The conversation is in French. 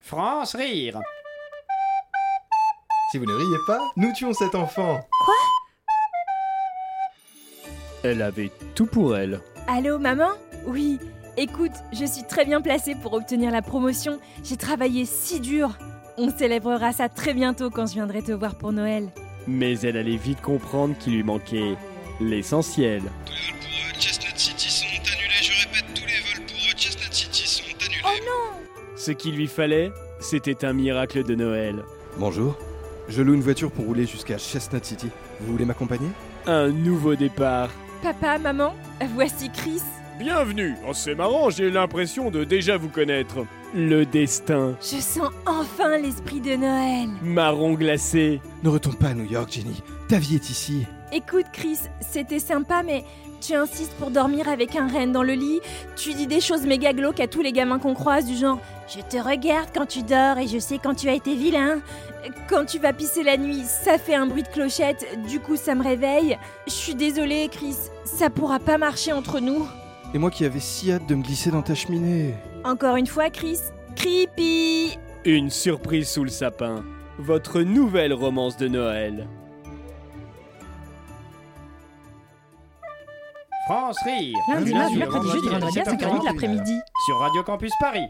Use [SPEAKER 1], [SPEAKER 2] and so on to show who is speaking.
[SPEAKER 1] France rire.
[SPEAKER 2] Si vous ne riez pas, nous tuons cet enfant.
[SPEAKER 3] Elle avait tout pour elle.
[SPEAKER 4] Allô, maman Oui, écoute, je suis très bien placée pour obtenir la promotion. J'ai travaillé si dur. On célébrera ça très bientôt quand je viendrai te voir pour Noël.
[SPEAKER 3] Mais elle allait vite comprendre qu'il lui manquait l'essentiel.
[SPEAKER 5] Tous les vols pour euh, Chestnut City sont annulés. Je répète, tous les vols pour euh, Chestnut City sont annulés.
[SPEAKER 4] Oh non
[SPEAKER 3] Ce qu'il lui fallait, c'était un miracle de Noël.
[SPEAKER 2] Bonjour. Je loue une voiture pour rouler jusqu'à Chestnut City. Vous voulez m'accompagner
[SPEAKER 3] Un nouveau départ.
[SPEAKER 4] Papa, maman, voici Chris.
[SPEAKER 6] Bienvenue Oh, c'est marrant, j'ai l'impression de déjà vous connaître.
[SPEAKER 3] Le destin.
[SPEAKER 4] Je sens enfin l'esprit de Noël.
[SPEAKER 3] Marron glacé.
[SPEAKER 2] Ne retombe pas à New York, Jenny. Ta vie est ici.
[SPEAKER 4] Écoute, Chris, c'était sympa, mais tu insistes pour dormir avec un renne dans le lit. Tu dis des choses méga glauques à tous les gamins qu'on croise, du genre Je te regarde quand tu dors et je sais quand tu as été vilain. Quand tu vas pisser la nuit, ça fait un bruit de clochette, du coup ça me réveille. Je suis désolée, Chris, ça pourra pas marcher entre nous.
[SPEAKER 2] Et moi qui avais si hâte de me glisser dans ta cheminée.
[SPEAKER 4] Encore une fois, Chris, creepy
[SPEAKER 3] Une surprise sous le sapin. Votre nouvelle romance de Noël.
[SPEAKER 1] France rire.
[SPEAKER 7] Lundi,
[SPEAKER 1] Du
[SPEAKER 7] mardi,
[SPEAKER 1] au
[SPEAKER 7] mercredi, jeudi, vendredi à 5h30 de l'après-midi.
[SPEAKER 1] Sur Radio Campus Paris.